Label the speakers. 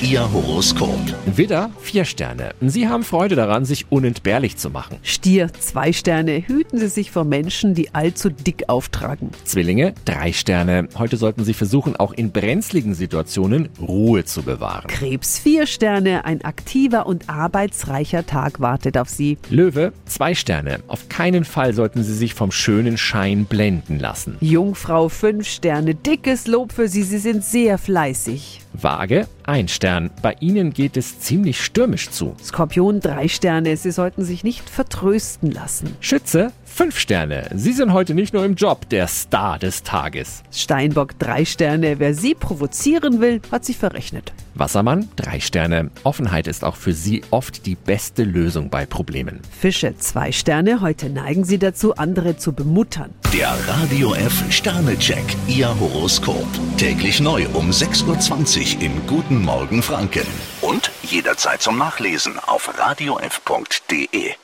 Speaker 1: Ihr Horoskop.
Speaker 2: Widder, vier Sterne. Sie haben Freude daran, sich unentbehrlich zu machen.
Speaker 3: Stier, zwei Sterne. Hüten Sie sich vor Menschen, die allzu dick auftragen.
Speaker 2: Zwillinge, drei Sterne. Heute sollten Sie versuchen, auch in brenzligen Situationen Ruhe zu bewahren.
Speaker 3: Krebs, vier Sterne. Ein aktiver und arbeitsreicher Tag wartet auf Sie.
Speaker 2: Löwe, zwei Sterne. Auf keinen Fall sollten Sie sich vom schönen Schein blenden lassen.
Speaker 3: Jungfrau, fünf Sterne. Dickes Lob für Sie. Sie sind sehr fleißig.
Speaker 2: Waage, ein Stern. Bei Ihnen geht es ziemlich stürmisch zu.
Speaker 3: Skorpion, drei Sterne. Sie sollten sich nicht vertrösten lassen.
Speaker 2: Schütze, fünf Sterne. Sie sind heute nicht nur im Job der Star des Tages.
Speaker 3: Steinbock, drei Sterne. Wer Sie provozieren will, hat sich verrechnet.
Speaker 2: Wassermann, drei Sterne. Offenheit ist auch für Sie oft die beste Lösung bei Problemen.
Speaker 3: Fische, zwei Sterne. Heute neigen Sie dazu, andere zu bemuttern.
Speaker 1: Der Radio F Sternecheck. Ihr Horoskop. Täglich neu um 6.20 Uhr im Guten Morgen Franken. Und jederzeit zum Nachlesen auf radiof.de.